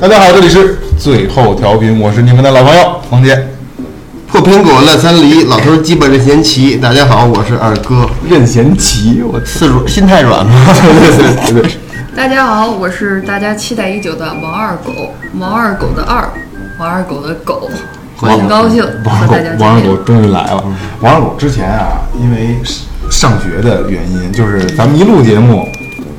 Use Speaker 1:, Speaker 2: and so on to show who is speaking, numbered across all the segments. Speaker 1: 大家好，这里是最后调频，我是你们的老朋友王杰。
Speaker 2: 破苹果烂三梨，老头儿鸡巴任贤齐。大家好，我是二哥。
Speaker 3: 任贤齐，我
Speaker 2: 是软心太软吗？
Speaker 3: 对对，
Speaker 4: 大家好，我是大家期待已久的王二狗，王二狗的二，王二狗的狗，很高兴
Speaker 1: 王二
Speaker 4: 和
Speaker 1: 狗
Speaker 4: 大家，
Speaker 1: 王
Speaker 4: 见
Speaker 1: 二狗
Speaker 4: 面。
Speaker 1: 终于来了。王二狗之前啊，因为上学的原因，就是咱们一录节目，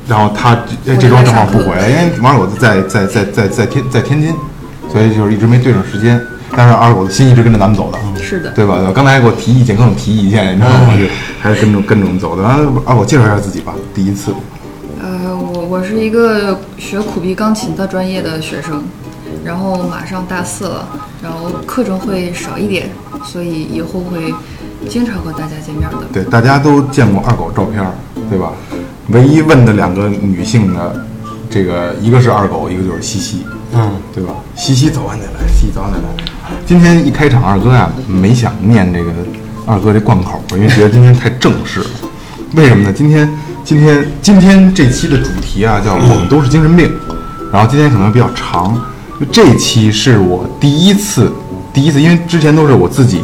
Speaker 1: 然后他这这周正好不回来，因为王二狗在在在在在天在天津，所以就是一直没对上时间。但是二狗的心一直跟着咱们走的，
Speaker 4: 是的
Speaker 1: 对吧？对吧刚才还给我提意见，各种提意见，你知道吗？就还是跟着跟着我们走的。然后二狗介绍一下自己吧，第一次，
Speaker 4: 呃，我我是一个学苦逼钢琴的专业的学生，然后马上大四了，然后课程会少一点，所以以后会经常和大家见面的。
Speaker 1: 对，大家都见过二狗照片儿，对吧？唯一问的两个女性的，这个一个是二狗，一个就是西西，嗯，对吧？西西早晚得来，西西早晚得来。今天一开场，二哥呀、没想念这个二哥这贯口，因为觉得今天太正式了。为什么呢？今天今天今天这期的主题啊，叫我们都是精神病。然后今天可能比较长，就这期是我第一次，第一次，因为之前都是我自己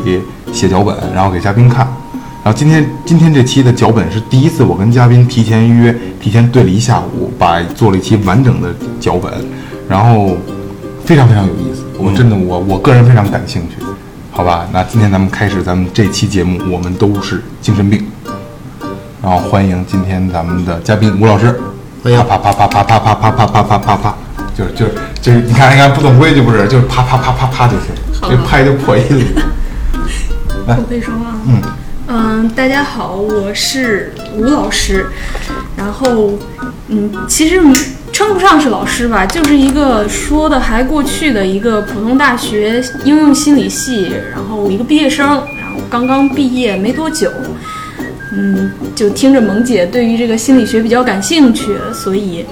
Speaker 1: 写脚本，然后给嘉宾看。然后今天今天这期的脚本是第一次，我跟嘉宾提前约，提前对了一下午，把做了一期完整的脚本，然后非常非常有意思，我真的我我个人非常感兴趣，好吧？那今天咱们开始咱们这期节目，我们都是精神病，然后欢迎今天咱们的嘉宾吴老师，
Speaker 2: 欢迎
Speaker 1: 啪啪啪啪啪啪啪啪啪啪啪啪，就是就是就是你看你看不懂规矩不是，就是啪啪啪啪啪就行，这拍就破音了。
Speaker 5: 我可以说话吗？嗯大家好，我是吴老师。然后，嗯，其实称不上是老师吧，就是一个说的还过去的一个普通大学应用心理系，然后一个毕业生，然后刚刚毕业没多久。嗯，就听着萌姐对于这个心理学比较感兴趣，所以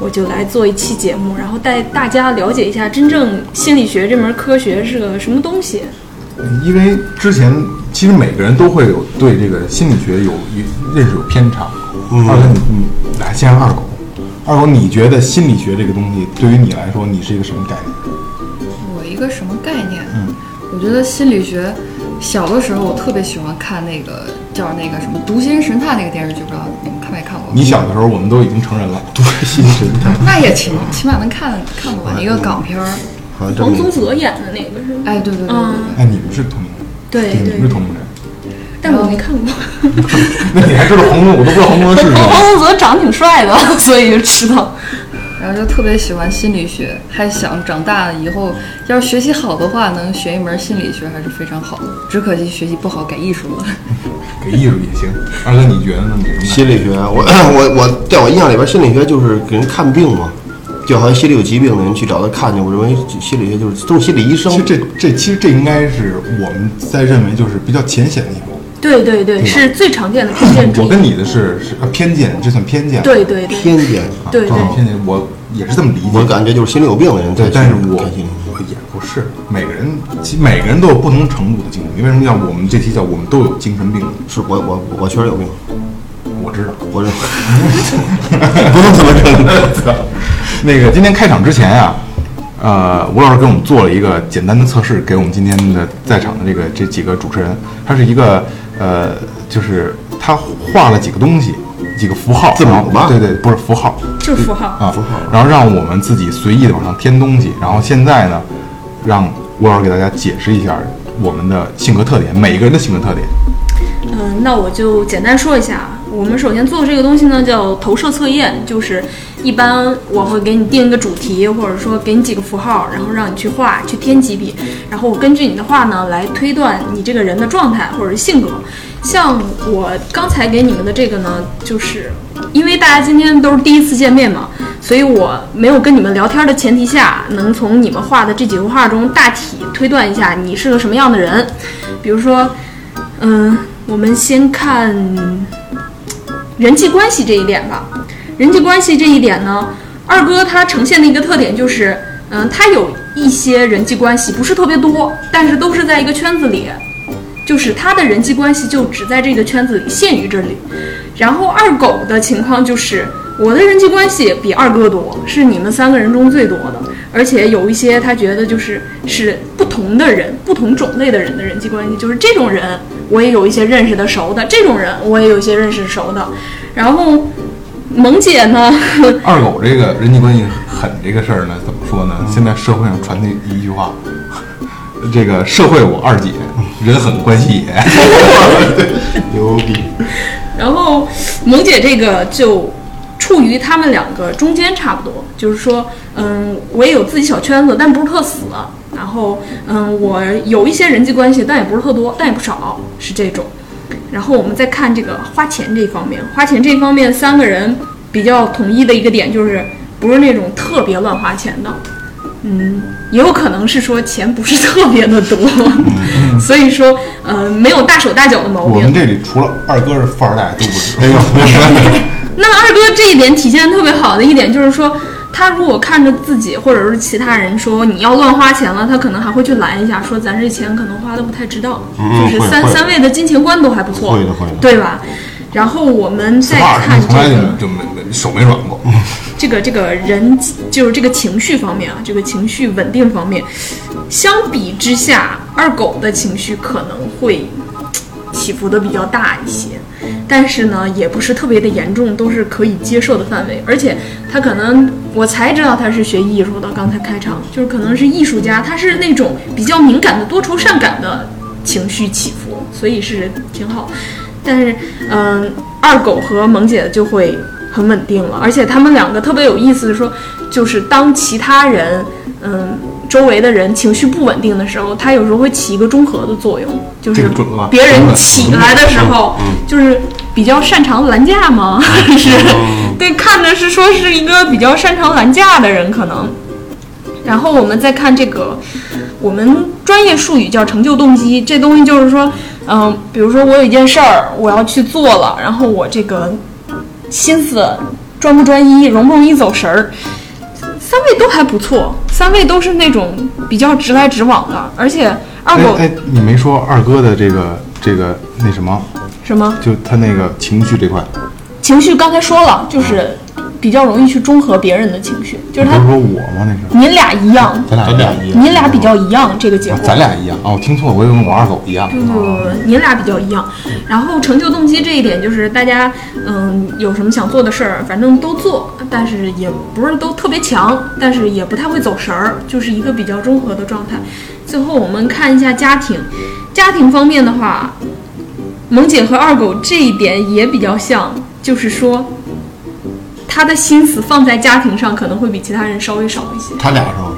Speaker 5: 我就来做一期节目，然后带大家了解一下真正心理学这门科学是个什么东西。
Speaker 1: 因为之前其实每个人都会有对这个心理学有有认识有偏差。二哥，你你来先让二狗，二狗，你觉得心理学这个东西对于你来说，你是一个什么概念？
Speaker 4: 我一个什么概念？啊
Speaker 1: 嗯
Speaker 4: 我觉得心理学，小的时候我特别喜欢看那个叫那个什么《读心神探》那个电视剧，不知道你们看没看过？
Speaker 1: 你小的时候，我们都已经成人了，读心神探。
Speaker 4: 那也起起码能看看完一个港片儿。
Speaker 2: 好像这
Speaker 5: 王
Speaker 2: 么
Speaker 5: 宗泽演的那个是吗？
Speaker 4: 哎，对对对对对，
Speaker 1: 哎，你们是同龄人，
Speaker 5: 对
Speaker 1: 你们
Speaker 5: 对
Speaker 1: 是同龄人，
Speaker 5: 但我没看 过。
Speaker 1: 那你还知道红灯，我都不知道红灯是什么。
Speaker 5: 王宗泽长挺帅的， 所以就知道。
Speaker 4: 然后就特别喜欢心理学，还想长大以后要是学习好的话，能学一门心理学还是非常好的。只可惜学习不好改艺术了。
Speaker 1: 给艺术也行。二哥，你觉得呢？你什么感觉？
Speaker 2: 心理学，我 我我在我印象里边，心理学就是给人看病嘛，就好像心里有疾病的人去找他看去。我认为心理学就是都是心理医生
Speaker 1: 其。实这这其实这应该是我们在认为就是比较浅显的一方。
Speaker 5: 对对对，是最常见的偏见主
Speaker 1: 我
Speaker 5: 义。
Speaker 1: 跟你的是是啊偏见，这算偏见。
Speaker 5: 对对对
Speaker 2: 偏见，
Speaker 5: 对对
Speaker 1: 这，种偏见，我也是这么理解。
Speaker 2: 我感觉就是心里有病的人才
Speaker 1: 对，
Speaker 2: 去
Speaker 1: 但是我
Speaker 2: 看心理学。
Speaker 1: 我也不是每个人，其实每个人都有不同程度的精神病。为什么叫我们这期叫我们都有精神病？
Speaker 2: 是我我我确实有病，
Speaker 1: 我知道，
Speaker 2: 我认为。
Speaker 1: 不用怎么 整。那个今天开场之前啊，呃，吴老师给我们做了一个简单的测试，给我们今天的在场的这个这几个主持人，他是一个呃，就是他画了几个东西，几个符号，
Speaker 2: 字母
Speaker 1: 然后
Speaker 2: 吧
Speaker 1: 对对，不是符号，
Speaker 5: 就是符号。
Speaker 1: 啊，然后让我们自己随意的往上添东西。然后现在呢，让吴老师给大家解释一下我们的性格特点，每个人的性格特点。
Speaker 5: 嗯，那我就简单说一下啊。我们首先做的这个东西呢，叫投射测验，就是一般我会给你定一个主题，或者说给你几个符号，然后让你去画，去添几笔，然后我根据你的画呢来推断你这个人的状态或者是性格。像我刚才给你们的这个呢，就是因为大家今天都是第一次见面嘛，所以我没有跟你们聊天的前提下，能从你们画的这几幅画中大体推断一下你是个什么样的人。比如说，嗯，我们先看人际关系这一点吧。人际关系这一点呢，二哥他呈现的一个特点就是，嗯，他有一些人际关系不是特别多，但是都是在一个圈子里，就是他的人际关系就只在这个圈子里，限于这里。然后二狗的情况就是，我的人际关系比二哥多，是你们三个人中最多的，而且有一些他觉得就是是不同的人、不同种类的人的人际关系，就是这种人我也有一些认识的熟的，这种人我也有一些认识熟的。然后萌姐呢，
Speaker 1: 二狗这个人际关系狠这个事儿呢，怎么说呢？
Speaker 5: 嗯
Speaker 1: 现在社会上传的一句话，这个社会我二姐，人狠关系也。
Speaker 2: 牛逼，
Speaker 5: 然后萌姐这个就处于他们两个中间差不多，就是说，嗯，我也有自己小圈子，但不是特死。然后，嗯，我有一些人际关系，但也不是特多，但也不少，是这种。然后我们再看这个花钱这一方面，花钱这一方面，三个人比较统一的一个点就是，不是那种特别乱花钱的，嗯，也有可能是说钱不是特别的多， 所以说，呃，没有大手大脚的毛
Speaker 1: 嗯我
Speaker 5: 病
Speaker 1: 们。这里除了二哥是富二代，都不是。哎呦，
Speaker 5: 那二哥这一点体现得特别好的一点就是说，他如果看着自己或者是其他人说你要乱花钱了，他可能还会去拦一下，说咱这钱可能花的不太值当，
Speaker 2: 嗯
Speaker 5: 就是
Speaker 2: 会
Speaker 5: 三
Speaker 2: 会
Speaker 5: 三位的金钱观都还不错，
Speaker 2: 会的会的
Speaker 5: 对吧？然后我们再
Speaker 1: 爸
Speaker 5: 看
Speaker 1: 从来
Speaker 5: 这
Speaker 1: 就
Speaker 5: 个
Speaker 1: 就没没手没软过。
Speaker 5: 这个这个人就是这个情绪方面啊，这个情绪稳定方面，相比之下，二狗的情绪可能会嘖起伏的比较大一些，但是呢，也不是特别的严重，都是可以接受的范围。而且他可能我才知道他是学艺术的，刚才开场就是可能是艺术家，他是那种比较敏感的多愁善感的情绪起伏，所以是挺好。但是，嗯，二狗和萌姐就会很稳定了，而且他们两个特别有意思的说，就是当其他人，嗯，周围的人情绪不稳定的时候，他有时候会起一个中和的作用，就是
Speaker 1: 这个准了吧
Speaker 5: 别
Speaker 1: 准
Speaker 5: 人
Speaker 1: 了
Speaker 5: 起来的时候，就是比较擅长拦架吗？是， 对，看着是说是一个比较擅长拦架的人可能。然后我们再看这个，我们专业术语叫成就动机，这东西就是说，嗯、比如说我有一件事儿我要去做了，然后我这个心思专不专一，容不容易走神儿，三位都还不错，三位都是那种比较直来直往的，而且二
Speaker 1: 哎
Speaker 5: 狗、
Speaker 1: 哎，你没说二哥的这个这个那什么，
Speaker 5: 什么
Speaker 1: 就他那个情绪这块，
Speaker 5: 情绪刚才说了，就是
Speaker 1: 嗯
Speaker 5: 比较容易去中和别人的情绪，就
Speaker 1: 不
Speaker 5: 是
Speaker 1: 是
Speaker 5: 他
Speaker 1: 说我吗？那是
Speaker 5: 您俩一样，
Speaker 1: 嗯咱俩一样
Speaker 5: 您俩比较一样这个结
Speaker 1: 啊
Speaker 5: 果，
Speaker 1: 咱俩一样哦，我听错了，我以为我二狗一样。
Speaker 5: 不不不，您俩比较一样。然后成就动机这一点，就是大家嗯有什么想做的事儿，反正都做，但是也不是都特别强，但是也不太会走神儿，就是一个比较中和的状态。最后我们看一下家庭，家庭方面的话，萌姐和二狗这一点也比较像，就是说。他的心思放在家庭上，可能会比其他人稍微少一些。
Speaker 2: 他俩是吧？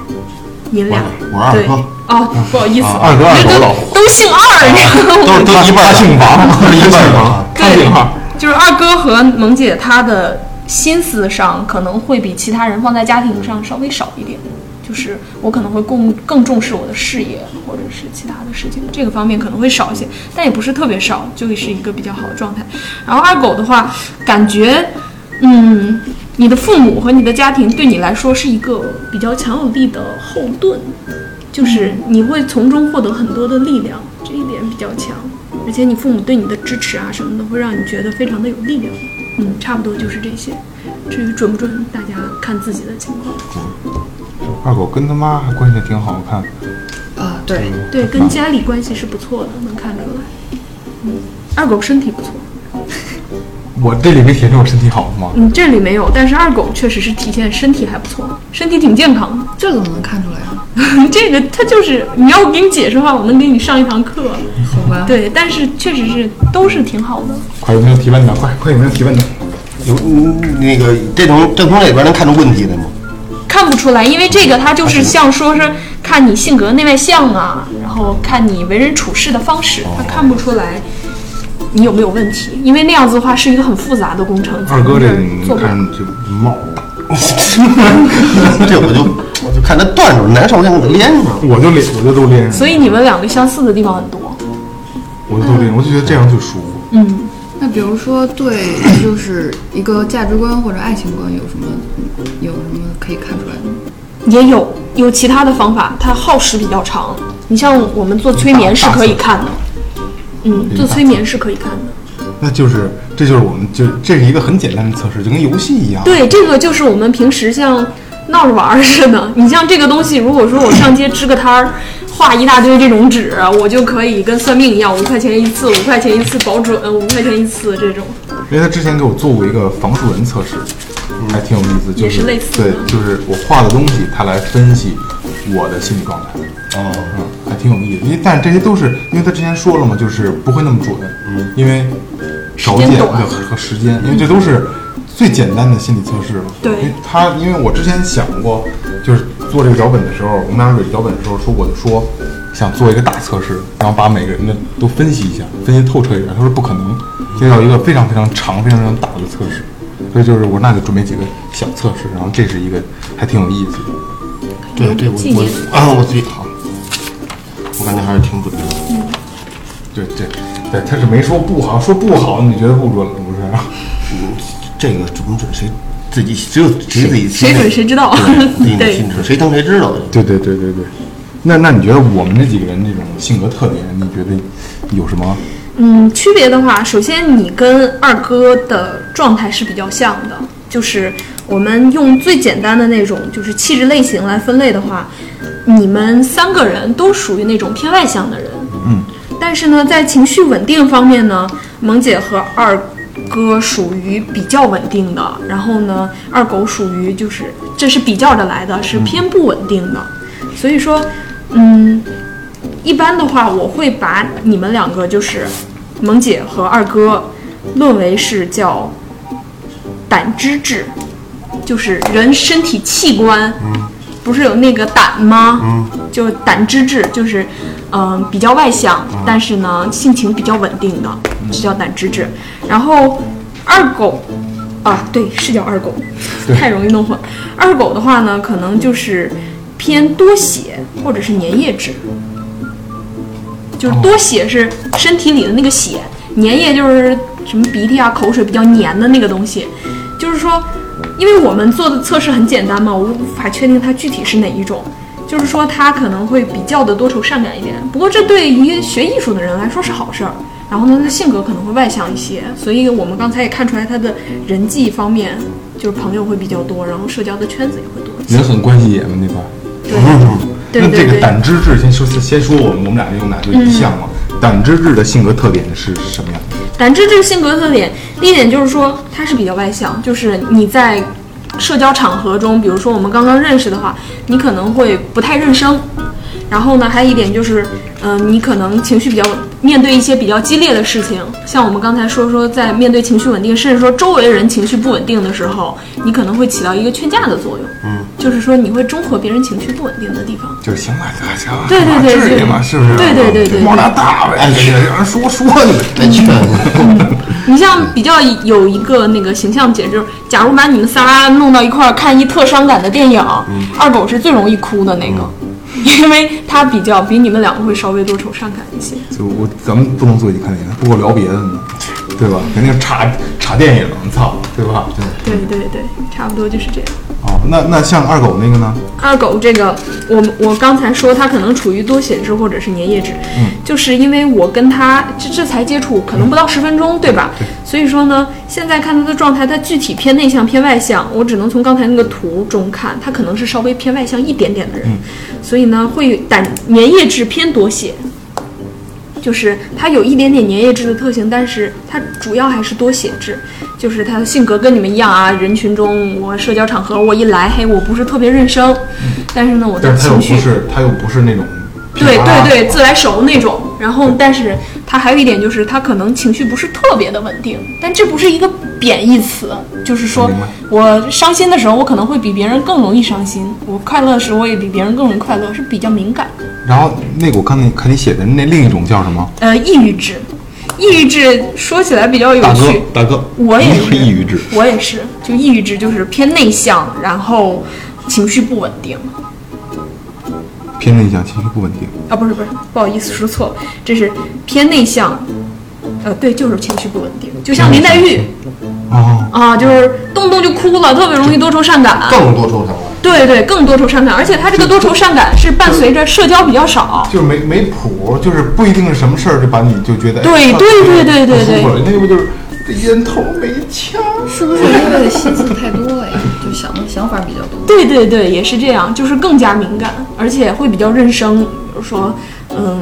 Speaker 5: 您俩，
Speaker 2: 我是二
Speaker 5: 对
Speaker 2: 哥
Speaker 5: 哦，不好意思，
Speaker 1: 二哥二狗老
Speaker 5: 都姓二，你知道吗？
Speaker 1: 都都一半姓王，都 一半啊王，他
Speaker 5: 对
Speaker 1: 姓二。
Speaker 5: 就是二哥和萌姐她的心思上可能会比其他人放在家庭上稍微少一点，就是我可能会更更重视我的事业或者是其他的事情，这个方面可能会少一些，但也不是特别少，就是一个比较好的状态。然后二狗的话，感觉嗯，你的父母和你的家庭对你来说是一个比较强有力的后盾，就是你会从中获得很多的力量，这一点比较强。而且你父母对你的支持啊什么的，会让你觉得非常的有力量。嗯，差不多就是这些。至于准不准，大家看自己的情况。
Speaker 1: 二狗跟他妈还关系挺好，我看
Speaker 4: 啊，对，
Speaker 5: 对，跟家里关系是不错的，能看出来。嗯，二狗身体不错。
Speaker 1: 我这里没写出我身体好吗？
Speaker 5: 嗯，这里没有，但是二狗确实是体现身体还不错，身体挺健康的。
Speaker 4: 这怎么能看出来啊？
Speaker 5: 这个他就是你要我给你解释的话，我能给你上一堂课。
Speaker 4: 好吧，
Speaker 5: 对，但是确实是都是挺好的。
Speaker 1: 快有没有提问的？快快有没有提问的？
Speaker 2: 有嗯那个这从这从里边能看出问题来吗？
Speaker 5: 看不出来，因为这个它
Speaker 1: 啊
Speaker 5: 就是像说是看你性格内外向啊，
Speaker 1: 嗯
Speaker 5: 然后看你为人处事的方式，
Speaker 1: 哦
Speaker 5: 它看不出来你有没有问题，因为那样子的话是一个很复杂的工程。
Speaker 1: 二哥这个
Speaker 5: 你
Speaker 1: 你
Speaker 5: 嗯做不了
Speaker 1: 看。就冒。
Speaker 2: 这我就我就看他断着难受，我想给他连上。
Speaker 1: 我就连我就都连上
Speaker 5: 所
Speaker 1: 了，
Speaker 5: 以你们两个相似的地方很多。
Speaker 1: 我就都连上，我就觉得这样最舒服。
Speaker 5: 嗯，
Speaker 4: 那比如说对，就是一个价值观或者爱情观有什么有什么可以看出来的吗？
Speaker 5: 也有有其他的方法，它耗时比较长。你像我们做催眠是可以看的，嗯，做催眠是可以看的。
Speaker 1: 那就是这就是我们就这是一个很简单的测试，就跟游戏一样。
Speaker 5: 对，这个就是我们平时像闹着玩儿似的。你像这个东西，如果说我上街支个摊儿，画一大堆这种纸，我就可以跟算命一样，五块钱一次，五块钱一次保准，五块钱一次这种。
Speaker 1: 因为他之前给我做过一个房树人测试，还挺有意思，就
Speaker 5: 也是类似的
Speaker 1: 对，就是我画的东西，他来分析我的心理状态，
Speaker 2: 哦，
Speaker 1: 嗯，还挺有意思。因为但这些都是因为他之前说了嘛，就是不会那么准，嗯，因为条件
Speaker 5: 时间
Speaker 1: 对
Speaker 5: 短
Speaker 1: 和时间，因为这都是最简单的心理测试了。
Speaker 5: 对
Speaker 1: 因为他因为我之前想过，就是做这个脚本的时候，我们俩捋脚本的时候说，我就说想做一个大测试，然后把每个人的都分析一下，分析透彻一点。他说不可能，这要一个非常非常长、非常非常大的测试。所以就是我那就准备几个小测试，然后这是一个还挺有意思的。
Speaker 2: 对对，我
Speaker 5: 纪念
Speaker 2: 我啊，我自己好，我感觉还是挺准的。
Speaker 1: 对对对，他是没说不好，说不好你觉得不准了不是？
Speaker 2: 嗯，这个准不准谁自己只有只有自己
Speaker 5: 谁准谁知道
Speaker 2: 自 己内
Speaker 5: 对
Speaker 2: 心知道，谁疼谁知道。
Speaker 1: 对对对对对。那那你觉得我们这几个人这种性格特点，你觉得有什么？
Speaker 5: 嗯，区别的话，首先你跟二哥的状态是比较像的，就是我们用最简单的那种就是气质类型来分类的话，你们三个人都属于那种偏外向的人。
Speaker 1: 嗯。
Speaker 5: 但是呢，在情绪稳定方面呢，萌姐和二哥属于比较稳定的，然后呢，二狗属于就是这是比较着来的，是偏不稳定的。所以说，嗯，一般的话，我会把你们两个就是萌姐和二哥论为是叫胆汁质，就是人身体器官，不是有那个胆吗？就胆汁质，就是嗯、呃比较外向，但是呢性情比较稳定的，这叫胆汁质。然后二狗啊，对，是叫二狗，太容易弄混。二狗的话呢，可能就是偏多血或者是粘液质，就是多血是身体里的那个血，粘液就是什么鼻涕啊、口水比较粘的那个东西。就是说，因为我们做的测试很简单嘛，我无法确定它具体是哪一种。就是说，它可能会比较的多愁善感一点，不过这对于学艺术的人来说是好事儿。然后呢，他的性格可能会外向一些，所以我们刚才也看出来他的人际方面，就是朋友会比较多，然后社交的圈子也会多一些。
Speaker 1: 人很关系也嘛那块儿。
Speaker 5: 对
Speaker 1: 那
Speaker 5: 对
Speaker 1: 这
Speaker 5: 对
Speaker 1: 个胆汁质，先说先说我们我们俩用哪就一项嘛。
Speaker 5: 嗯
Speaker 1: 胆汁质的性格特点是什么样？
Speaker 5: 胆汁这个性格特点，第一点就是说他是比较外向，就是你在社交场合中，比如说我们刚刚认识的话，你可能会不太认生。然后呢，还有一点就是，嗯、你可能情绪比较面对一些比较激烈的事情，像我们刚才说说，在面对情绪稳定，甚至说周围人情绪不稳定的时候，你可能会起到一个劝架的作用。嗯，就是说你会中和别人情绪不稳定的地方。
Speaker 1: 就是行了，行了，
Speaker 5: 对对对
Speaker 1: 至于嘛，
Speaker 5: 对
Speaker 1: 是不是？
Speaker 5: 对对对对
Speaker 1: 光拿大呗，让人说说你们。
Speaker 2: 哎， 去，
Speaker 5: 你像比较有一个那个形象解，就是假如把你们仨弄到一块儿看一特伤感的电影，二狗是最容易哭的那个， 因为他比较比你们两个会稍微多愁善感一些。
Speaker 1: 就我咱们不能坐一起看电影，不够聊别的呢，对吧？肯定查查电影，操，对吧？对。
Speaker 5: 对对对，差不多就是这样。
Speaker 1: 哦，那那像二狗那个呢？
Speaker 5: 二狗这个，我我刚才说他可能处于多血质或者是粘液质，就是因为我跟他这这才接触，可能不到十分钟，对吧？所以说呢，现在看他的状态，他具体偏内向偏外向，我只能从刚才那个图中看，他可能是稍微偏外向一点点的人，所以呢，会胆粘液质偏多血，就是它有一点点粘液质的特性，但是它主要还是多血质，就是它的性格跟你们一样啊。人群中，我社交场合我一来，嘿，我不是特别认生，但是呢，我的
Speaker 1: 但是他又
Speaker 5: 情绪
Speaker 1: 不是，他又不是那种噼
Speaker 5: 对
Speaker 1: 里啪啦。
Speaker 5: 对对自来熟那种。然后，但是它还有一点就是，它可能情绪不是特别的稳定，但这不是一个贬义词，就是说
Speaker 1: 明白
Speaker 5: 我伤心的时候，我可能会比别人更容易伤心；我快乐的时候，我也比别人更容易快乐，是比较敏感的。
Speaker 1: 然后那个我看你看你写的那另一种叫什么？
Speaker 5: 呃，抑郁质，抑郁质说起来比较有
Speaker 1: 大哥
Speaker 5: 趣。，
Speaker 1: 大哥，
Speaker 5: 我也
Speaker 1: 你
Speaker 5: 是
Speaker 1: 是抑郁质。
Speaker 5: 我也是，就抑郁质就是偏内向，然后情绪不稳定
Speaker 1: 偏内向，情绪不稳定。
Speaker 5: 啊，不是不是，不好意思说错了，这是偏内向，呃，对，就是情绪不稳定，就像林黛玉
Speaker 1: 哦，
Speaker 5: 啊，就是动不动就哭了，特别容易多愁善感。
Speaker 2: 更多受伤了。
Speaker 5: 对对，更多愁善感，而且他这个多愁善感是伴随着社交比较少。
Speaker 1: 就是没没谱，就是不一定是什么事儿就把你就觉得哎
Speaker 5: 对
Speaker 1: 操
Speaker 5: 对对对对
Speaker 1: 不舒服了
Speaker 5: 对
Speaker 1: 那不就是这烟头没掐？
Speaker 4: 是不是因为心思太多了呀？就想的想法比较多。
Speaker 5: 对对对，也是这样，就是更加敏感，而且会比较认生。比如说，嗯，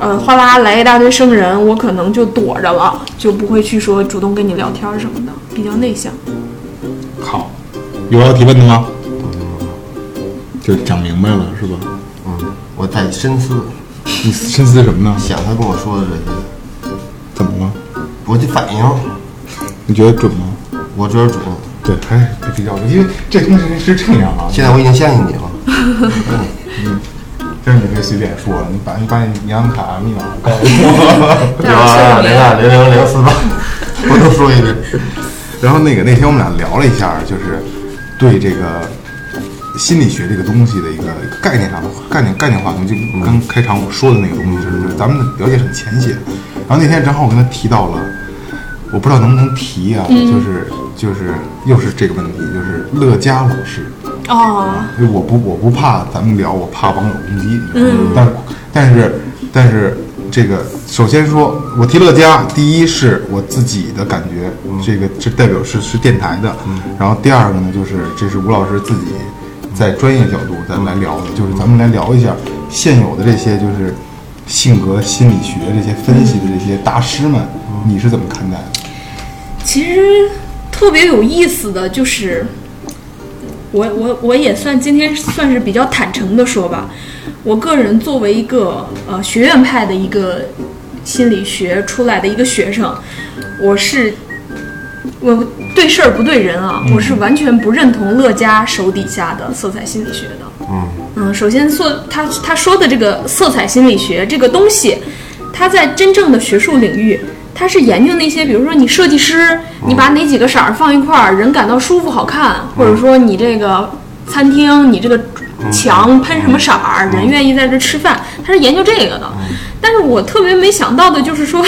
Speaker 5: 呃，哗啦来一大堆生人，我可能就躲着了，就不会去说主动跟你聊天什么的，比较内向。
Speaker 1: 好，有要提问的吗？就是讲明白了是吧？
Speaker 2: 嗯，我在深思，
Speaker 1: 你深思什么呢？
Speaker 2: 想他跟我说的这些，
Speaker 1: 怎么了？
Speaker 2: 我得反应，
Speaker 1: 你觉得准吗？
Speaker 2: 我觉得准。
Speaker 1: 对，还是比较，因为这东西是这样啊，
Speaker 2: 现在我已经相信你了，
Speaker 1: 但是你可以随便说，你把你把你银行卡密码告诉我。
Speaker 4: 但是确实没
Speaker 2: 零
Speaker 4: 有
Speaker 2: 二零零零四八，我都说一遍。
Speaker 1: 然后那个那天我们俩聊了一下，就是对这个心理学这个东西的一个概念上的概念概念化东西，就跟开场我说的那个东西似的，就是咱们的了解很浅显。然后那天正好我跟他提到了，我不知道能不能提啊，就是就是又是这个问题，就是乐嘉老师。
Speaker 5: 哦，
Speaker 1: 因为我不我不怕咱们聊，我怕网友攻击。嗯，但但是但是这个，首先说，我提乐嘉，第一是我自己的感觉，这个这代表是是电台的。然后第二个呢，就是这是吴老师自己在专业角度咱们来聊的，就是咱们来聊一下现有的这些就是性格心理学这些分析的这些大师们，你是怎么看待的？
Speaker 5: 其实特别有意思的就是，我我我也算今天算是比较坦诚的说吧，我个人作为一个呃学院派的一个心理学出来的一个学生，我是我对事儿不对人啊，我是完全不认同乐嘉手底下的色彩心理学的。嗯，首先做他他说的这个色彩心理学这个东西，它在真正的学术领域，它是研究那些，比如说你设计师，你把哪几个色儿放一块儿，人感到舒服好看，或者说你这个餐厅，你这个墙喷什么色儿，人愿意在这吃饭，它是研究这个的。但是我特别没想到的就是说。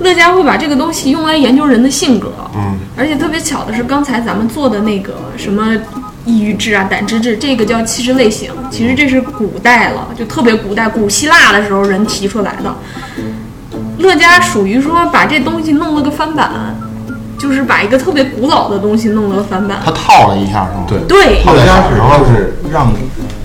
Speaker 5: 乐嘉会把这个东西用来研究人的性格，嗯，而且特别巧的是，刚才咱们做的那个什么抑郁质啊、胆汁质，这个叫气质类型，其实这是古代了，就特别古代，古希腊的时候人提出来的。乐嘉属于说把这东西弄了个翻版，就是把一个特别古老的东西弄了个翻版。
Speaker 2: 他套了一下是吗？
Speaker 1: 对
Speaker 5: 对，
Speaker 1: 乐嘉是就是让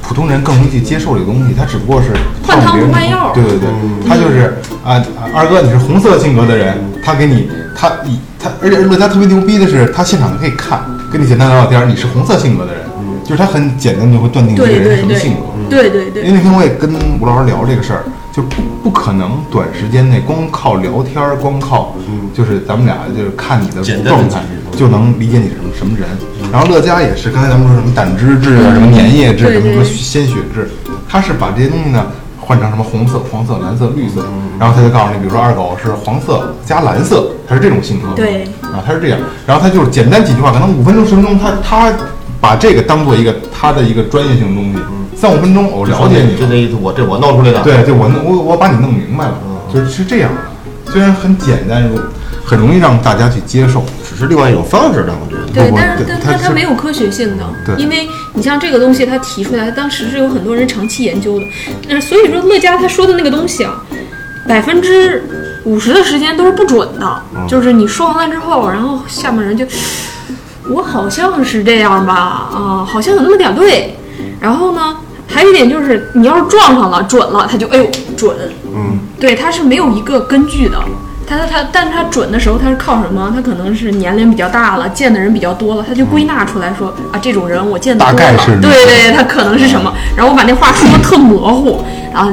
Speaker 1: 普通人更容易去接受这个东西，他只不过是
Speaker 5: 换汤
Speaker 1: 套别人
Speaker 5: 不换药嗯
Speaker 1: 对对对，他就是啊，啊二哥你是红色性格的人，他给你他以他，而且乐嘉特别牛逼的是，他现场就可以看，跟你简单聊聊天儿，你是红色性格的人，就是他很简单就会断定一个
Speaker 5: 对
Speaker 1: 人是
Speaker 5: 嗯对
Speaker 1: 什么
Speaker 5: 对
Speaker 1: 性格。，
Speaker 5: 对对对
Speaker 1: 嗯因为那天我也跟吴老师聊这个事儿，就不不可能短时间内光靠聊天儿，光靠就是咱们俩就是看你的
Speaker 2: 嗯简单的嗯
Speaker 1: 状态
Speaker 2: 几句
Speaker 1: 就能理解你是什么什么人。然后乐嘉也是，刚才咱们说什么胆汁质啊，什么粘液质，
Speaker 5: 对
Speaker 1: 什么
Speaker 5: 对
Speaker 1: 什么鲜血质，他是把这些东西呢换成什么红色、黄色、蓝色、绿色，
Speaker 2: 嗯
Speaker 1: 然后他就告诉你，比如说二狗是黄色加蓝色，他是这种性格。
Speaker 5: 对
Speaker 1: 啊，他是这样，然后他就是简单几句话，可能五分钟、十分钟，他他把这个当做一个他的一个专业性东西，
Speaker 2: 嗯
Speaker 1: 三五分钟哦我了解你
Speaker 2: 就
Speaker 1: 了
Speaker 2: 那，意思，我这我弄出来的。，
Speaker 1: 对，就我弄我我把你弄明白了，嗯就是是这样的，虽然很简单，如很容易让大家去接受，
Speaker 2: 只是另外一种方式，但我觉得。
Speaker 5: 对
Speaker 1: 不，
Speaker 5: 但是
Speaker 1: 对
Speaker 5: 但
Speaker 1: 它
Speaker 5: 但它
Speaker 1: 是
Speaker 5: 没有科学性的，
Speaker 1: 对
Speaker 5: 因为你像这个东西，它提出来，当时是有很多人长期研究的，那所以说乐嘉他说的那个东西啊，百分之五十的时间都是不准的，
Speaker 1: 嗯
Speaker 5: 就是你说完了之后，然后下面人就，我好像是这样吧，啊、好像有那么点儿对，然后呢，还有一点就是，你要是撞上了准了，他就哎呦准，
Speaker 2: 嗯，
Speaker 5: 对，它是没有一个根据的。它它它，但是它准的时候，它是靠什么？它可能是年龄比较大了，见的人比较多了，它就归纳出来说啊，这种人我见的
Speaker 1: 大
Speaker 5: 多
Speaker 1: 概
Speaker 5: 了，
Speaker 1: 是
Speaker 5: 对对对，他可能是什么？然后我把那话说的特模糊，然后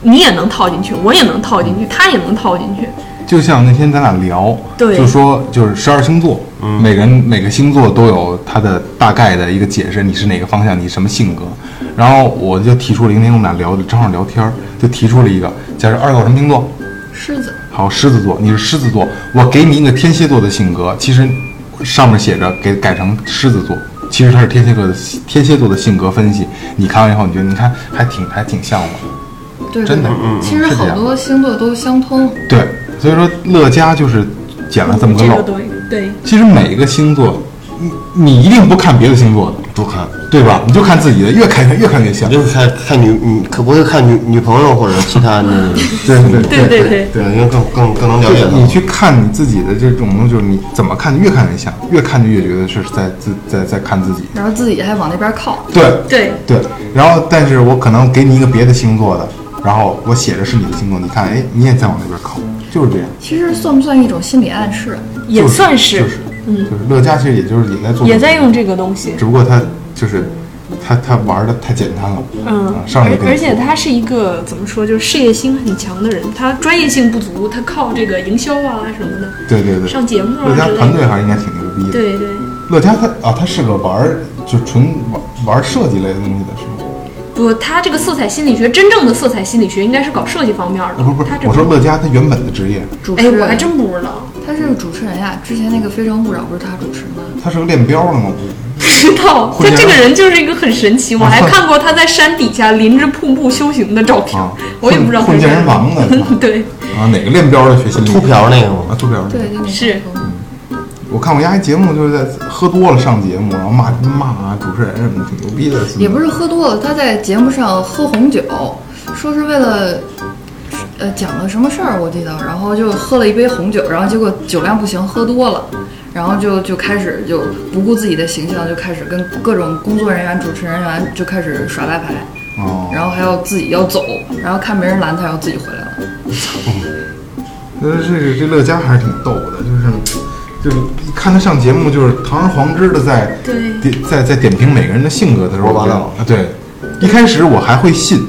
Speaker 5: 你也能套进去，我也能套进去，他也能套进去，
Speaker 1: 就像那天咱俩聊，
Speaker 5: 对
Speaker 1: 就说就是十二星座，每个人每个星座都有它的大概的一个解释，你是哪个方向，你什么性格。然后我就提出了，因为我们俩聊的正好聊天儿，就提出了一个，假设二狗什么星座？
Speaker 4: 狮子，
Speaker 1: 好，狮子座，你是狮子座，我给你一个天蝎座的性格，其实上面写着给改成狮子座，其实它是天蝎座的天蝎座的性格分析。你看完以后，你觉得你看还挺还挺像我。
Speaker 4: 对，
Speaker 1: 真的
Speaker 4: 对
Speaker 1: 嗯嗯
Speaker 4: 其实
Speaker 1: 是这
Speaker 4: 好
Speaker 1: 样
Speaker 4: 多星座都相通，
Speaker 1: 对，所以说乐嘉就是捡了这么个
Speaker 5: 这
Speaker 1: 漏
Speaker 5: 个。东西对
Speaker 1: 其实每一个星座你你一定不看别的星座的，
Speaker 2: 不看，
Speaker 1: 对吧？你就看自己的，越看越越看越像
Speaker 2: 我。就是看看女，你可不会看女女朋友或者其他的，
Speaker 1: 对对
Speaker 5: 对对对
Speaker 2: 对，因为更更更能了解
Speaker 1: 对
Speaker 2: 她。
Speaker 1: 你去看你自己的这种东西，就是你怎么看，越看越像，越看就越觉得是在自在在看自己。
Speaker 4: 然后自己还往那边靠，
Speaker 1: 对
Speaker 5: 对，
Speaker 1: 对，然后但是我可能给你一个别的星座的，然后我写着是你的星座，你看，哎，你也在往那边靠，就是这样，
Speaker 4: 其实算不算一种心理暗示？
Speaker 5: 也
Speaker 1: 就是
Speaker 5: 算
Speaker 1: 是，就是
Speaker 5: 是，嗯，
Speaker 1: 就是乐嘉其实也就是也在做，
Speaker 5: 也在用，这个东西。
Speaker 1: 只不过他就是他他玩的太简单了，
Speaker 5: 嗯
Speaker 1: 啊，上来就
Speaker 5: 而
Speaker 1: 跟你
Speaker 5: 而且
Speaker 1: 说
Speaker 5: 他是一个怎么说，就是事业心很强的人，他专业性不足，他靠这个营销啊什么的，
Speaker 1: 对对对，
Speaker 5: 上节目
Speaker 1: 乐
Speaker 5: 啊
Speaker 1: 嘉
Speaker 5: 之
Speaker 1: 团
Speaker 5: 类
Speaker 1: 队
Speaker 5: 的。
Speaker 1: 还是应该挺牛逼的，
Speaker 5: 对对，
Speaker 1: 乐嘉他啊，他是个玩儿就纯玩玩设计类的东西的是吗？
Speaker 5: 不，他这个色彩心理学，真正的色彩心理学应该是搞设计方面的。
Speaker 1: 啊，不是不是
Speaker 5: 他，这
Speaker 1: 我
Speaker 5: 个
Speaker 1: 说乐嘉他原本的职业，
Speaker 4: 主持
Speaker 5: 哎，
Speaker 4: 人，
Speaker 5: 我还真不知道，
Speaker 4: 他是主持人呀，之前那个《非诚勿扰》不是他主持吗？
Speaker 1: 他是个练标的吗？
Speaker 5: 不知 道。
Speaker 1: 会
Speaker 5: 他
Speaker 1: 这样
Speaker 5: 这个人就是一个很神奇，我
Speaker 1: 啊
Speaker 5: 还
Speaker 1: 会
Speaker 5: 看过他在山底下临着瀑布修行的照片
Speaker 1: 啊，
Speaker 5: 我也不知道他
Speaker 1: 混
Speaker 5: 是
Speaker 1: 健身房的是吧
Speaker 5: 对，
Speaker 1: 啊，哪个练标的学心理？
Speaker 2: 秃瓢那个吗
Speaker 1: 啊，秃瓢那个。
Speaker 4: 对，就那个
Speaker 5: 是
Speaker 1: 我看我丫一节目，就是在喝多了上节目，然后骂骂主持人什么的，挺牛逼的。
Speaker 4: 也不是喝多了，他在节目上喝红酒，说是为了，呃，讲了什么事儿我记得，然后就喝了一杯红酒，然后结果酒量不行，喝多了，然后就就开始就不顾自己的形象，就开始跟各种工作人员、主持人员就开始耍大牌，
Speaker 1: 哦，
Speaker 4: 然后还要自己要走，然后看没人拦他，然后自己回来了。
Speaker 1: 那呃这这乐嘉还是挺逗的，就是就是一看他上节目，就是堂而皇之的在
Speaker 5: 对
Speaker 1: 点在在点评每个人的性格的时候，
Speaker 2: 胡说八道
Speaker 1: 啊，对，一开始我还会信，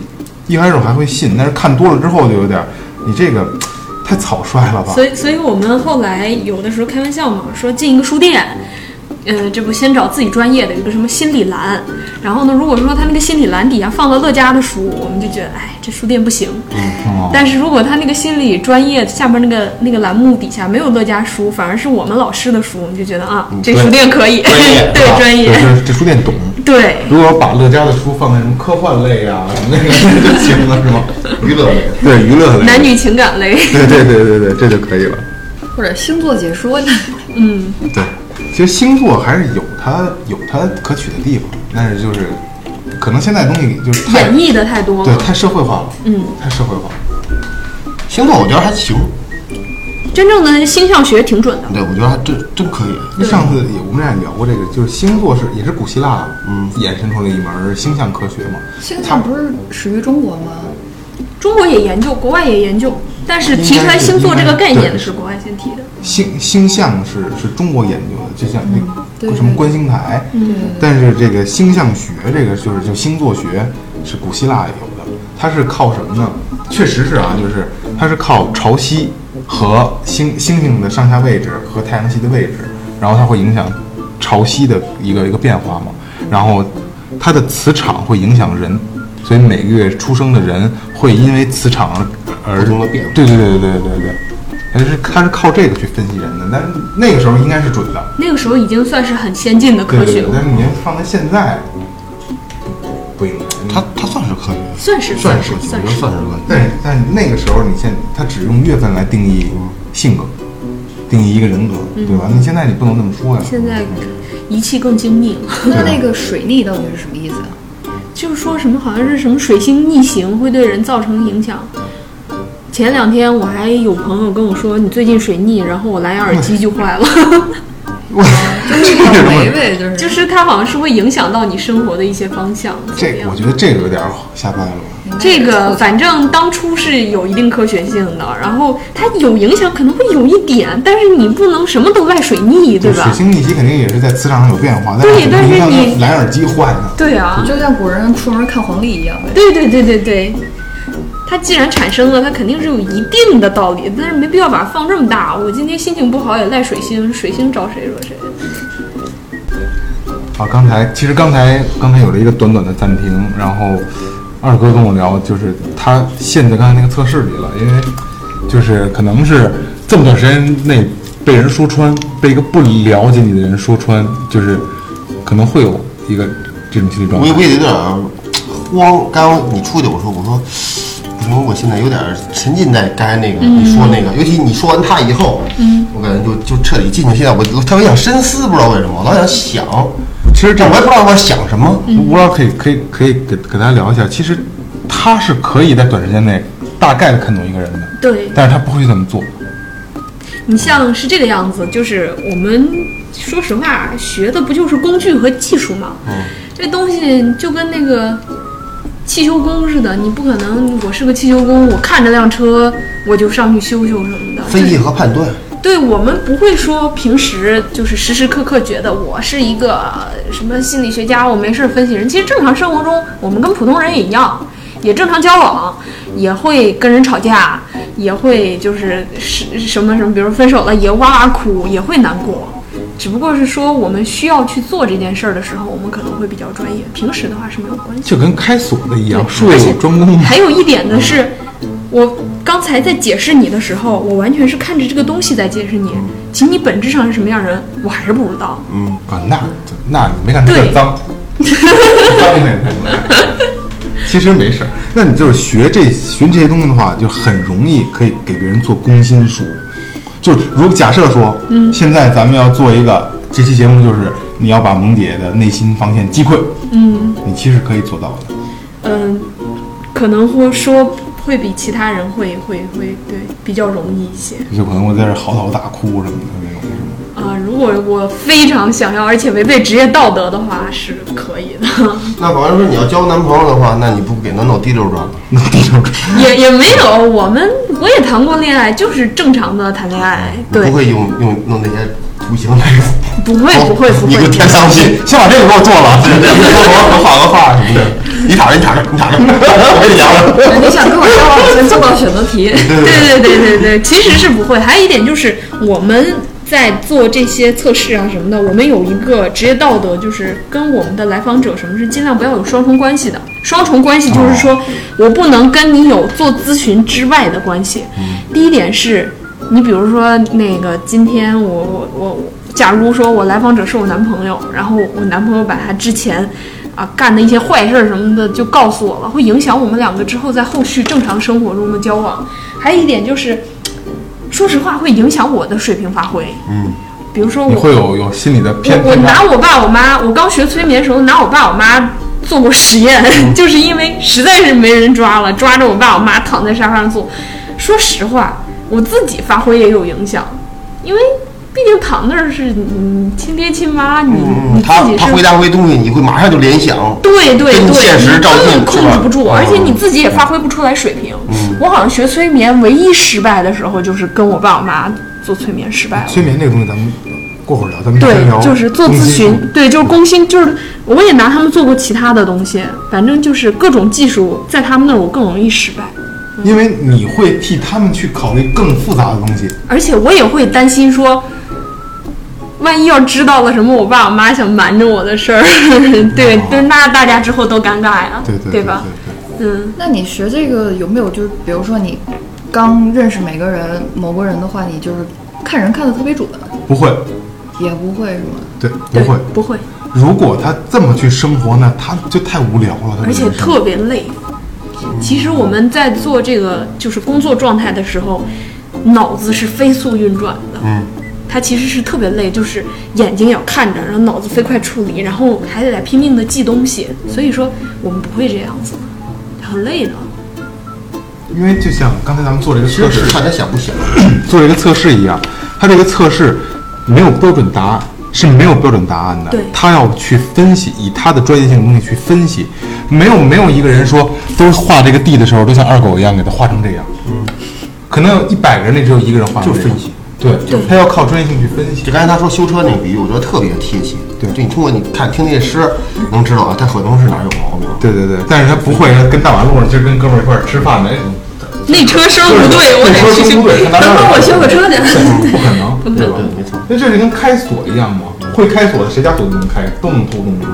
Speaker 1: 一开始我还会信，但是看多了之后就有点儿，你这个太草率了吧？
Speaker 5: 所以，所以我们后来有的时候开玩笑嘛，说进一个书店，呃，这不先找自己专业的一个什么心理栏，然后呢，如果说他那个心理栏底下放了乐嘉的书，我们就觉得，哎，这书店不行。
Speaker 1: 哦
Speaker 5: 但是如果他那个心理专业下边那个那个栏目底下没有乐嘉书，反而是我们老师的书，我们就觉得啊，这
Speaker 1: 嗯对
Speaker 5: 书店可以，
Speaker 2: 专业
Speaker 5: 对
Speaker 1: 啊
Speaker 5: 专业，
Speaker 1: 对就是这书店懂。
Speaker 5: 对
Speaker 1: 如果把乐嘉的书放在什么科幻类啊什么那个就行 了，是吗？
Speaker 2: 娱乐类，
Speaker 3: 对娱乐类，
Speaker 5: 男女情感类，
Speaker 3: 对对对对对，这就可以了。
Speaker 4: 或者星座解说呢？
Speaker 5: 嗯，
Speaker 1: 对，其实星座还是有它有它可取的地方，但是就是可能现在东西就是太
Speaker 5: 演绎的太多
Speaker 1: 对
Speaker 5: 了，
Speaker 1: 太社会化了，
Speaker 5: 嗯，
Speaker 1: 太社会化了。
Speaker 2: 星座我觉得还行，
Speaker 5: 真正的星象学挺准的，
Speaker 2: 对我觉得还真真可以。
Speaker 1: 那上次也我们俩也聊过这个，就是星座是也是古希腊
Speaker 2: 嗯
Speaker 1: 衍生出来一门儿星象科学嘛。
Speaker 4: 星象不是始于中国吗？
Speaker 5: 中国也研究，国外也研究，但是提出来星座这个概念的是国外先提的。
Speaker 1: 星星象是是中国研究的，就像那
Speaker 4: 嗯对
Speaker 1: 个
Speaker 4: 对
Speaker 1: 什么观星台，
Speaker 5: 嗯，
Speaker 1: 但是这个星象学这个就是就星座学是古希腊有的，它是靠什么呢？确实是啊，就是它是靠潮汐和星星星的上下位置和太阳系的位置，然后它会影响潮汐的一个一个变化嘛，然后它的磁场会影响人，所以每个月出生的人会因为磁场而
Speaker 2: 不同的变化
Speaker 1: 对对对对对对对，它是它是靠这个去分析人的，但是那个时候应该是准的。
Speaker 5: 那个时候已经算是很先进的科
Speaker 1: 对
Speaker 5: 学
Speaker 1: 对对，
Speaker 5: 了，
Speaker 1: 但是你要放在现在，不应该。
Speaker 2: 它它算是科学，
Speaker 5: 算是
Speaker 1: 算
Speaker 5: 是
Speaker 1: 是
Speaker 5: 算
Speaker 2: 我觉得算是科学。
Speaker 1: 但是但是那个时候，你现他只用月份来定义性格，定义一个人格，对吧？那现在你不能这么说呀。
Speaker 5: 嗯现在仪器更精密了，
Speaker 4: 那那个水逆到底是什么意思啊？
Speaker 5: 就是说什么好像是什么水星逆行会对人造成影响。前两天我还有朋友跟我说你最近水逆，然后我蓝牙耳机就坏了，
Speaker 1: 我
Speaker 4: 就是一个霉呗，就是
Speaker 5: 哦就是它好像是会影响到你生活的一些方向。怎么
Speaker 1: 这
Speaker 5: 样
Speaker 1: 我觉得这个有点瞎掰了。
Speaker 5: 这个反正当初是有一定科学性的，然后它有影响，可能会有一点，但是你不能什么都赖水逆，
Speaker 1: 就
Speaker 5: 对
Speaker 1: 水
Speaker 5: 吧？
Speaker 1: 星逆袭肯定也是在磁场上有变化，
Speaker 5: 对
Speaker 1: 但
Speaker 5: 但是
Speaker 1: 是
Speaker 5: 你
Speaker 1: 你蓝牙耳机换的，
Speaker 5: 对啊，
Speaker 4: 就像古人出门看黄历一样呗。
Speaker 5: 对对对对对，它既然产生了，它肯定是有一定的道理，但是没必要把它放这么大。我今天心情不好也赖水星，水星找谁惹谁？
Speaker 1: 啊，刚才其实刚才刚才有了一个短短的暂停，然后二哥跟我聊，就是他陷在刚才那个测试里了，因为就是可能是这么短时间内被人说穿，被一个不了解你的人说穿，就是可能会有一个这种心理状
Speaker 2: 我也
Speaker 1: 态
Speaker 2: 我。也有点儿慌。刚刚你出去，我说我说，不是什么我现在有点沉浸在刚才那个你说那个，尤其你说完它以后，嗯，我感觉就就彻底进去。现在我我特别想深思，不知道为什么，我老想想，
Speaker 1: 其实这
Speaker 2: 但我也不知道我想什么。
Speaker 1: 吴老师可以可以可以给给大家聊一下，其实他是可以在短时间内大概的看懂一个人的，
Speaker 5: 对
Speaker 1: 但是他不会这么做。
Speaker 5: 你像是这个样子，就是我们说实话学的不就是工具和技术吗？这东西就跟那个汽修工似的，你不可能我是个汽修工，我看着辆车我就上去修修什么的，
Speaker 2: 分析和判断，
Speaker 5: 对我们不会说平时就是时时刻刻觉得我是一个呃什么心理学家，我没事儿分析人。其实正常生活中，我们跟普通人也一样，也正常交往，也会跟人吵架，也会就是是什么什么，比如分手了也哇哇哭，也会难过。只不过是说我们需要去做这件事儿的时候，我们可能会比较专业，平时的话是没有关系的。
Speaker 1: 就跟开锁的一样，
Speaker 5: 对
Speaker 1: 术业有专攻 嘛。
Speaker 5: 还有一点呢是，我刚才在解释你的时候，我完全是看着这个东西在解释你，其实你本质上是什么样的人，我还是不知道。
Speaker 1: 嗯啊，那那你没看出
Speaker 5: 对
Speaker 1: 这脏，脏那种。其实没事儿，那你就是学这学这些东西的话，就很容易可以给别人做攻心术。就是如果假设说，嗯，现在咱们要做一个这期节目，就是你要把萌姐的内心防线击溃，嗯，你其实可以做到的。
Speaker 5: 嗯，可能会说会比其他人会会会对比较容易一些
Speaker 1: 就可能我在这儿嚎啕大哭什么的那种，是吗？
Speaker 5: 啊、如果我非常想要，而且违背职业道德的话，是可以的。
Speaker 2: 那好像说你要交男朋友的话，那你不给男脑滴溜转吗？
Speaker 1: 那地上
Speaker 5: 也也没有，我们我也谈过恋爱，就是正常的谈恋爱，
Speaker 2: 你
Speaker 5: 对
Speaker 2: 不，会用用弄那些图形 来。
Speaker 5: 不会不会
Speaker 2: 哦
Speaker 5: 不
Speaker 2: 你
Speaker 5: 会
Speaker 2: 个。天上去，
Speaker 1: 先把这个给我做了，
Speaker 2: 我
Speaker 1: 啊
Speaker 2: 画个画什么的，你躺着，你躺着，你 躺着，我给你量了。
Speaker 4: 你想跟我交往，先做到选择题。
Speaker 5: 对对对对对，其实是不会。还有一点就是，我们在做这些测试啊什么的，我们有一个职业道德，就是跟我们的来访者什么是尽量不要有双重关系的。双重关系就是说我不能跟你有做咨询之外的关系。第一点是，你比如说那个今天我我我，假如说我来访者是我男朋友，然后我男朋友把他之前。啊，干的一些坏事儿什么的就告诉我了，会影响我们两个之后在后续正常生活中的交往。还有一点就是，说实话会影响我的水平发挥。嗯，比如说
Speaker 1: 你
Speaker 5: 我
Speaker 1: 会有有心理的偏
Speaker 5: 我我
Speaker 1: 偏差
Speaker 5: 拿我爸我妈，我刚学催眠的时候拿我爸我妈做过实
Speaker 2: 嗯
Speaker 5: 验， 就是因为实在是没人抓了，抓着我爸我妈躺在沙发上做。说实话，我自己发挥也有影响，因为毕竟躺那儿是你亲爹亲妈，你、你
Speaker 2: 嗯
Speaker 5: 自
Speaker 2: 他
Speaker 5: 己是
Speaker 2: 他回答回东西，你会马上就联想。
Speaker 5: 对对
Speaker 2: 跟
Speaker 5: 对，
Speaker 2: 现实
Speaker 5: 你
Speaker 2: 照
Speaker 5: 根
Speaker 2: 镜
Speaker 5: 本
Speaker 2: 是
Speaker 5: 控
Speaker 2: 吧
Speaker 5: 制不住，
Speaker 2: 嗯
Speaker 5: 而且你自己也发挥不出来水平。我好像学催眠唯一失败的时候，就是跟我爸我妈做催眠失败了。
Speaker 1: 催眠这个东西，咱们过会儿聊，咱们先
Speaker 5: 对
Speaker 1: 聊，
Speaker 5: 就是做
Speaker 1: 攻
Speaker 5: 咨
Speaker 1: 心术
Speaker 5: 询，对，就是工薪，就是我也拿他们做过其他的东西，反正就是各种技术，在他们那儿我更容易失败，
Speaker 1: 因为你会替他们去考虑更复杂的东西。
Speaker 5: 而且我也会担心说，万一要知道了什么我爸我妈想瞒着我的事儿， 对，对，那大家之后都尴尬呀，
Speaker 1: 哦对对对
Speaker 5: 吧？
Speaker 1: 对
Speaker 5: 嗯，
Speaker 4: 那你学这个有没有就是，比如说你刚认识每个人某个人的话，你就是看人看得特别准，
Speaker 1: 对，不会，
Speaker 4: 也不会是吗？
Speaker 1: 对
Speaker 5: 对
Speaker 1: 不会。
Speaker 5: 不会，
Speaker 1: 如果他这么去生活呢，他就太无聊了。他
Speaker 5: 而且
Speaker 1: 这个人生
Speaker 5: 特别累。其实我们在做这个就是工作状态的时候，脑子是飞速运转的。嗯，它其实是特别累，就是眼睛也要看着，然后脑子飞快处理，然后还得来拼命的记东西。所以说我们不会这样子，很累的。
Speaker 1: 因为就像刚才咱们做这个
Speaker 2: 其实
Speaker 1: 测
Speaker 2: 只
Speaker 1: 试
Speaker 2: 是，看他想不想。
Speaker 1: 做这个测试一样，他这个测试没有标准答案，是没有标准答案的
Speaker 5: 对。
Speaker 1: 他要去分析，以他的专业性的东西去分析，没有没有一个人说都画这个地的时候都像二狗一样给它画成这样。嗯，可能有一百个人里只有一个人画成
Speaker 2: 就
Speaker 1: 这样
Speaker 2: 分析。
Speaker 1: 对，他要靠专业性去分析
Speaker 2: 就。刚才他说修车那个比喻，我觉得特别贴切。
Speaker 1: 对
Speaker 2: 就你通过你看听那些诗，能知道啊，他可能是哪儿有毛病。
Speaker 1: 对对对，但是他不会跟大马路上今儿跟哥们儿一块儿吃饭的，哎
Speaker 5: 那车声不哦对，我
Speaker 1: 那
Speaker 5: 得
Speaker 1: 车
Speaker 5: 去
Speaker 1: 不 对，他拿
Speaker 4: 等会
Speaker 1: 那
Speaker 4: 儿我
Speaker 1: 儿
Speaker 4: 修个车去。
Speaker 1: 对不可能，对吧？
Speaker 2: 对，没错。
Speaker 1: 那这是跟开锁一样吗？会开锁的谁家锁都能开，都能偷东西，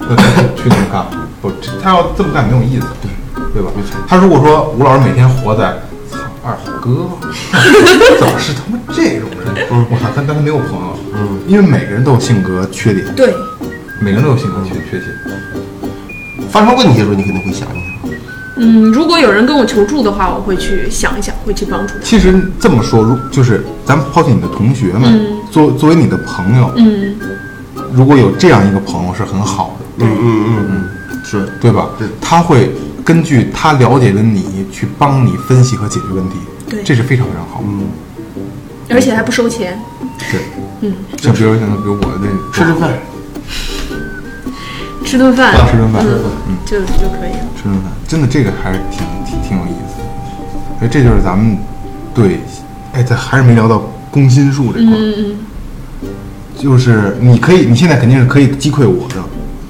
Speaker 1: 那他 去那么干？不，这他要这么干没有意思，对吧？他如果说吴老师每天活在操二哥， 怎么是他妈这种人？我操，但但他没有朋友，因为每个人都有性格缺点，
Speaker 5: 对，
Speaker 1: 每个人都有性格缺缺陷。
Speaker 2: 发生问题的时候，你肯定会想一想。
Speaker 5: 嗯，如果有人跟我求助的话，我会去想一想，会去帮助他。
Speaker 1: 其实这么说，如就是咱们抛弃你的同学们，作作为你的朋友，
Speaker 5: 嗯，
Speaker 1: 如果有这样一个朋友是很好的，
Speaker 2: 嗯嗯嗯嗯，是
Speaker 1: 对吧？他会根据他了解的你去帮你分析和解决问题，
Speaker 5: 对
Speaker 1: 这是非常非常好。
Speaker 5: 而且还不收钱。
Speaker 1: 对，嗯，像比如像比如我那
Speaker 2: 吃吃饭，
Speaker 5: 吃顿饭，
Speaker 1: 吃顿饭，
Speaker 5: 嗯，就就可以了。
Speaker 1: 吃顿饭，真的这个还是挺挺挺有意思的。所以这就是咱们对，哎，咱还是没聊到攻心术这块儿，
Speaker 5: 嗯嗯，
Speaker 1: 就是你可以，你现在肯定是可以击溃我的，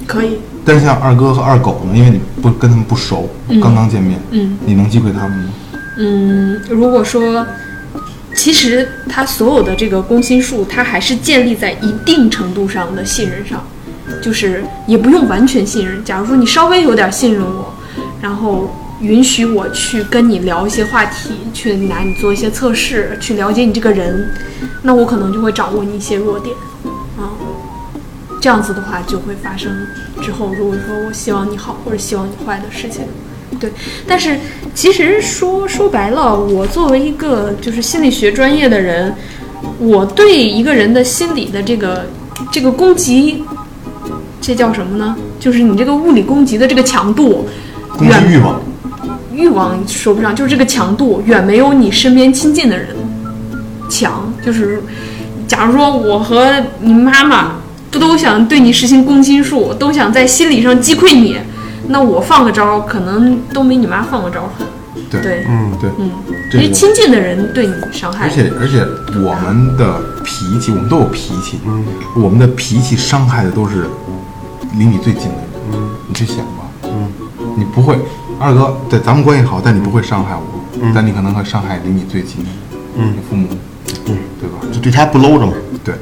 Speaker 5: 可以。
Speaker 1: 但是像二哥和二狗呢，因为你不跟他们不熟，刚刚见面，
Speaker 5: 嗯，
Speaker 1: 你能击溃他们吗？
Speaker 5: 嗯，如果说，其实他所有的这个攻心术，它还是建立在一定程度上的信任上，就是也不用完全信任。假如说你稍微有点信任我，然后允许我去跟你聊一些话题，去拿你做一些测试，去了解你这个人，那我可能就会掌握你一些弱点，啊、这样子的话就会发生之后，如果说我希望你好或者希望你坏的事情，对。但是其实说说白了，我作为一个就是心理学专业的人，我对一个人的心理的这个这个攻击，这叫什么呢？就是你这个物理攻击的这个强度，
Speaker 1: 攻击欲望，
Speaker 5: 欲望说不上，就是这个强度远没有你身边亲近的人强。就是，假如说我和你妈妈不都想对你实行攻心术，都想在心理上击溃你，那我放个招儿可能都没你妈放个招儿狠。
Speaker 1: 对
Speaker 5: 对，
Speaker 1: 嗯，对，
Speaker 5: 嗯，
Speaker 1: 这
Speaker 5: 因为
Speaker 1: 个
Speaker 5: 亲近的人对你伤害，
Speaker 1: 而且而且我们的脾气，我们都有脾气，嗯，我们的脾气伤害的都是离你最近的人，嗯，你去想吧，嗯，你不会，二哥，对，咱们关系好，但你不会伤害我，但你可能会伤害离你最近的人，嗯嗯，你父母，嗯，对吧？
Speaker 2: 就对他不搂着嘛，
Speaker 1: 对，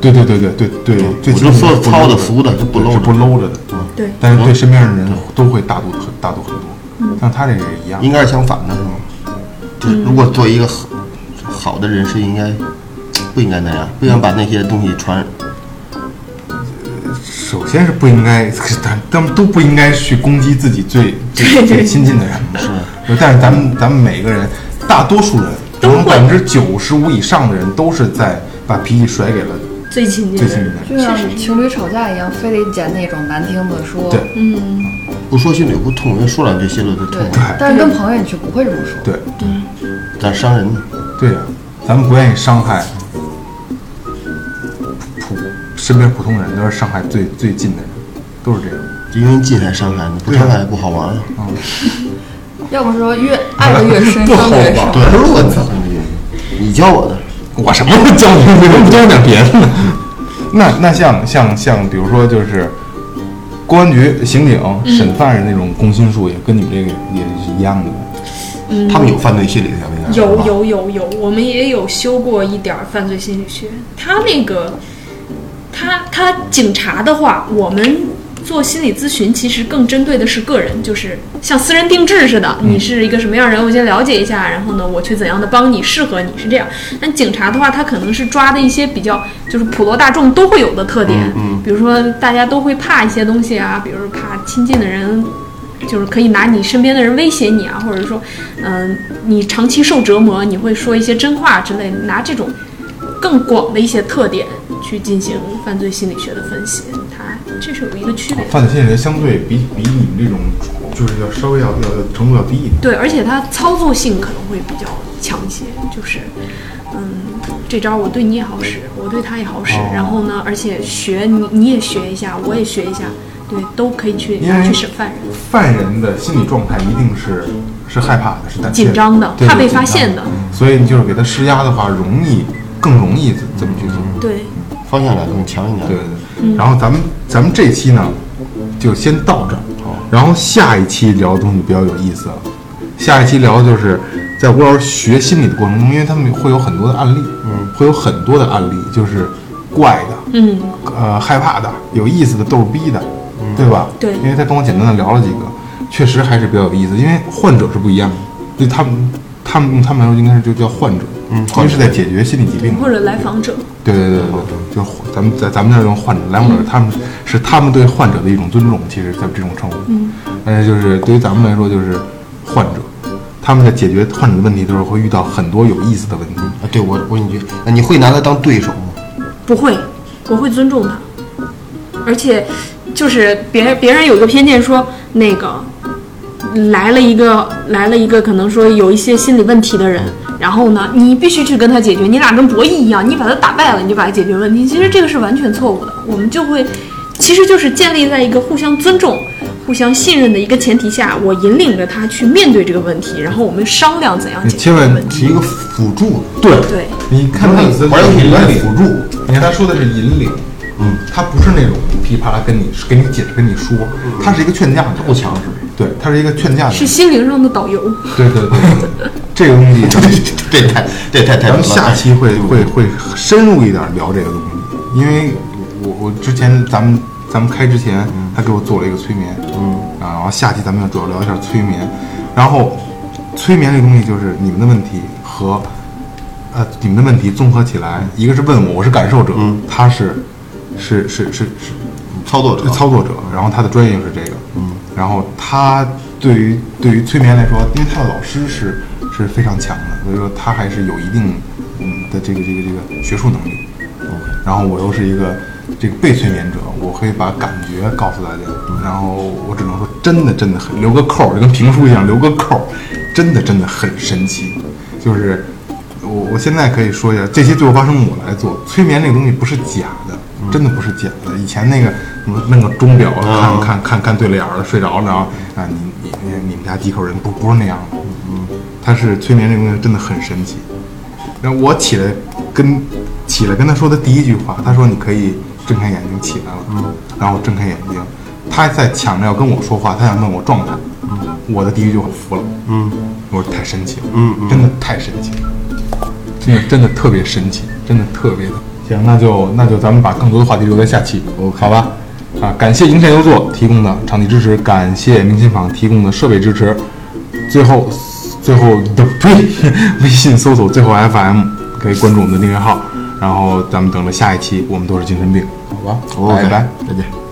Speaker 1: 对对对对对对，最
Speaker 2: 嗯我
Speaker 1: 近
Speaker 2: 就说
Speaker 1: 是不
Speaker 2: 糙
Speaker 1: 搂
Speaker 2: 的
Speaker 1: 着
Speaker 2: 俗的就不
Speaker 1: 对
Speaker 2: 搂
Speaker 1: 是
Speaker 2: 着，
Speaker 1: 不搂着的，嗯
Speaker 5: 对
Speaker 1: 但是对身边的人都会大度很大度很多，
Speaker 5: 嗯
Speaker 1: 像他这个也一样
Speaker 2: 应，该是相反的是吗？就是如果做一个好好的人是应该不应该那样，不应该把那些东西传。
Speaker 1: 首先是不应该，咱咱们都不应该去攻击自己最最最亲近的人嘛。是，但是咱们咱们每个人，大多数人，可
Speaker 5: 都会
Speaker 1: 能百分之九十五以上的人都是在把脾气甩给了
Speaker 5: 最亲近
Speaker 1: 最
Speaker 5: 的
Speaker 1: 亲近
Speaker 5: 人
Speaker 1: 的人。
Speaker 4: 就像情侣吵架一样，非得捡那种难听的说。
Speaker 1: 对
Speaker 5: 嗯
Speaker 2: 不说心里不痛，人说两句心里就痛
Speaker 4: 对
Speaker 2: 了，
Speaker 4: 但是跟朋友你却不会这么说。
Speaker 1: 对
Speaker 2: 咋伤人呢？
Speaker 1: 对呀、咱们不愿意伤害普身边普通人，都是伤害最最近的人，都是这样。
Speaker 2: 因为近才伤害你，不伤害不好玩了。
Speaker 4: 要不说越爱的越深，伤的越少。
Speaker 2: 对，不是我操，你教我的，
Speaker 1: 我什么时候教你为什么不教点别的呢？ 那那像像像，比如说就是公安局、刑警审犯人那种攻心术，也跟你们这个也是一样的呗。
Speaker 2: 他们有犯罪心理的，应该是
Speaker 5: 有
Speaker 2: 吧
Speaker 5: 有有有，我们也有修过一点儿犯罪心理学。他那个，他他警察的话，我们做心理咨询其实更针对的是个人，就是像私人定制似的，你是一个什么样人，我先了解一下，然后呢，我去怎样的帮你，适合你是这样。但警察的话，他可能是抓的一些比较就是普罗大众都会有的特点，比如说大家都会怕一些东西啊，比如怕亲近的人就是可以拿你身边的人威胁你啊，或者说，嗯、你长期受折磨，你会说一些真话之类的，拿这种更广的一些特点去进行犯罪心理学的分析，它这是有一个区别的。
Speaker 1: 犯罪心理学相对比比你们这种就是要稍微要要程度要低一点。
Speaker 5: 对，而且它操作性可能会比较强一些，就是，嗯，这招我对你也好使，我对他也好
Speaker 1: 哦
Speaker 5: 使，然后呢，而且学你你也学一下，我也学一下，对，都可以去
Speaker 1: 因
Speaker 5: 拿
Speaker 1: 为
Speaker 5: 去审犯人。
Speaker 1: 犯人的心理状态一定是是害怕的，是胆怯
Speaker 5: 紧张的
Speaker 1: 对
Speaker 5: 怕
Speaker 1: 对
Speaker 5: 被
Speaker 1: 紧
Speaker 5: 发
Speaker 1: 张
Speaker 5: 现
Speaker 1: 的
Speaker 5: 的，
Speaker 1: 所以你就是给他施压的话，容易更容易这么去做。
Speaker 5: 对，
Speaker 2: 方向感更强一点。
Speaker 1: 对对对。然后咱们咱们这期呢，就先到这儿。然后下一期聊的东西比较有意思了。下一期聊的就是在吴老师学心理的过程中，因为他们会有很多的案例，嗯，会有很多的案例，就是怪的，
Speaker 5: 嗯，
Speaker 1: 呃，害怕的，有意思的，逗逼的，
Speaker 2: 嗯
Speaker 1: 对吧？
Speaker 5: 对
Speaker 1: 因为他跟我简单的聊了几个，确实还是比较有意思，因为患者是不一样的，对他们他们用他们来说应该是就叫患者，嗯，因为是在解决心理疾病的，
Speaker 2: 嗯
Speaker 5: 或者来访者，
Speaker 1: 对对对对对，就是咱们在咱们这种患者，来访者他们
Speaker 5: 嗯
Speaker 1: 是他们对患者的一种尊重，其实在这种称呼。嗯，但是就是对于咱们来说，就是患者，他们在解决患者的问题的时候会遇到很多有意思的问题。
Speaker 2: 啊，对我我问你句，呃你会拿他当对手吗？
Speaker 5: 不会，我会尊重他，而且就是别人别人有一个偏见说那个来了一个来了一个可能说有一些心理问题的人，然后呢，你必须去跟他解决，你俩跟博弈一样，你把他打败了，你就把他解决问题。其实这个是完全错误的，我们就会其实就是建立在一个互相尊重。互相信任的一个前提下，我引领着他去面对这个问题，然后我们商量怎样
Speaker 1: 你
Speaker 5: 解
Speaker 1: 千
Speaker 5: 决这个
Speaker 1: 万
Speaker 5: 问题。
Speaker 2: 是一个辅助，
Speaker 1: 对
Speaker 5: 对，
Speaker 1: 你看他有的
Speaker 2: 玩游戏里面
Speaker 1: 引领
Speaker 2: 辅助，
Speaker 1: 你看他说的是引领，嗯，他不是那种噼啪啦跟你给你解释跟你说，他嗯是一个劝架的，
Speaker 2: 不强势。
Speaker 1: 对，他是一个劝架的
Speaker 5: 是，心灵上的导游。
Speaker 1: 对对对， 对这个东西，
Speaker 2: 这也太这也太太嗯
Speaker 1: 咱
Speaker 2: 狠
Speaker 1: 们
Speaker 2: 了。
Speaker 1: 下期会会会深入一点聊这个东西，因为我我之前咱们咱们开之前，
Speaker 2: 嗯
Speaker 1: 他给我做了一个催眠，嗯，啊，然后下期咱们要主要聊一下催眠，然后催眠这个东西就是你们的问题和呃你们的问题综合起来，一个是问我，我是感受者，
Speaker 2: 嗯
Speaker 1: 他是是是是是
Speaker 2: 操作者，
Speaker 1: 操作者，然后他的专业是这个，嗯，然后他对于对于催眠来说，因为他的老师是是非常强的，所以说他还是有一定嗯的这个这个这个学术能力。然后我又是一个这个被催眠者，我可以把感觉告诉大家，
Speaker 2: 嗯
Speaker 1: 然后我只能说真的真的很留个扣儿，就跟评书一样留个扣儿，真的真的很神奇，就是。我我现在可以说一下，这些最后发生我来做催眠这个东西不是假的，真的不是假的。以前那个什么弄个钟表看看看看对了眼儿了，睡着了啊，啊你你你你们家几口人不不是那样的，嗯，它是催眠这个东西真的很神奇。然后我起来跟起来跟他说的第一句话，他说你可以睁开眼睛起来了，嗯，然后我睁开眼睛，他在抢着要跟我说话，他想问我状态，嗯，我的第一句话服了，嗯，我说太神奇了，嗯，真的太神奇了。真的真的特别神奇，真的特别的。行，那就那就咱们把更多的话题留在下期好吧？啊，感谢银山优作提供的场地支持，感谢明琴坊提供的设备支持。最后，最后的呸，微信搜索最后 FM，可以关注我们的订阅号。然后咱们等着下一期，我们都是精神病，好吧？
Speaker 2: OK，
Speaker 1: 拜拜。
Speaker 2: 再见。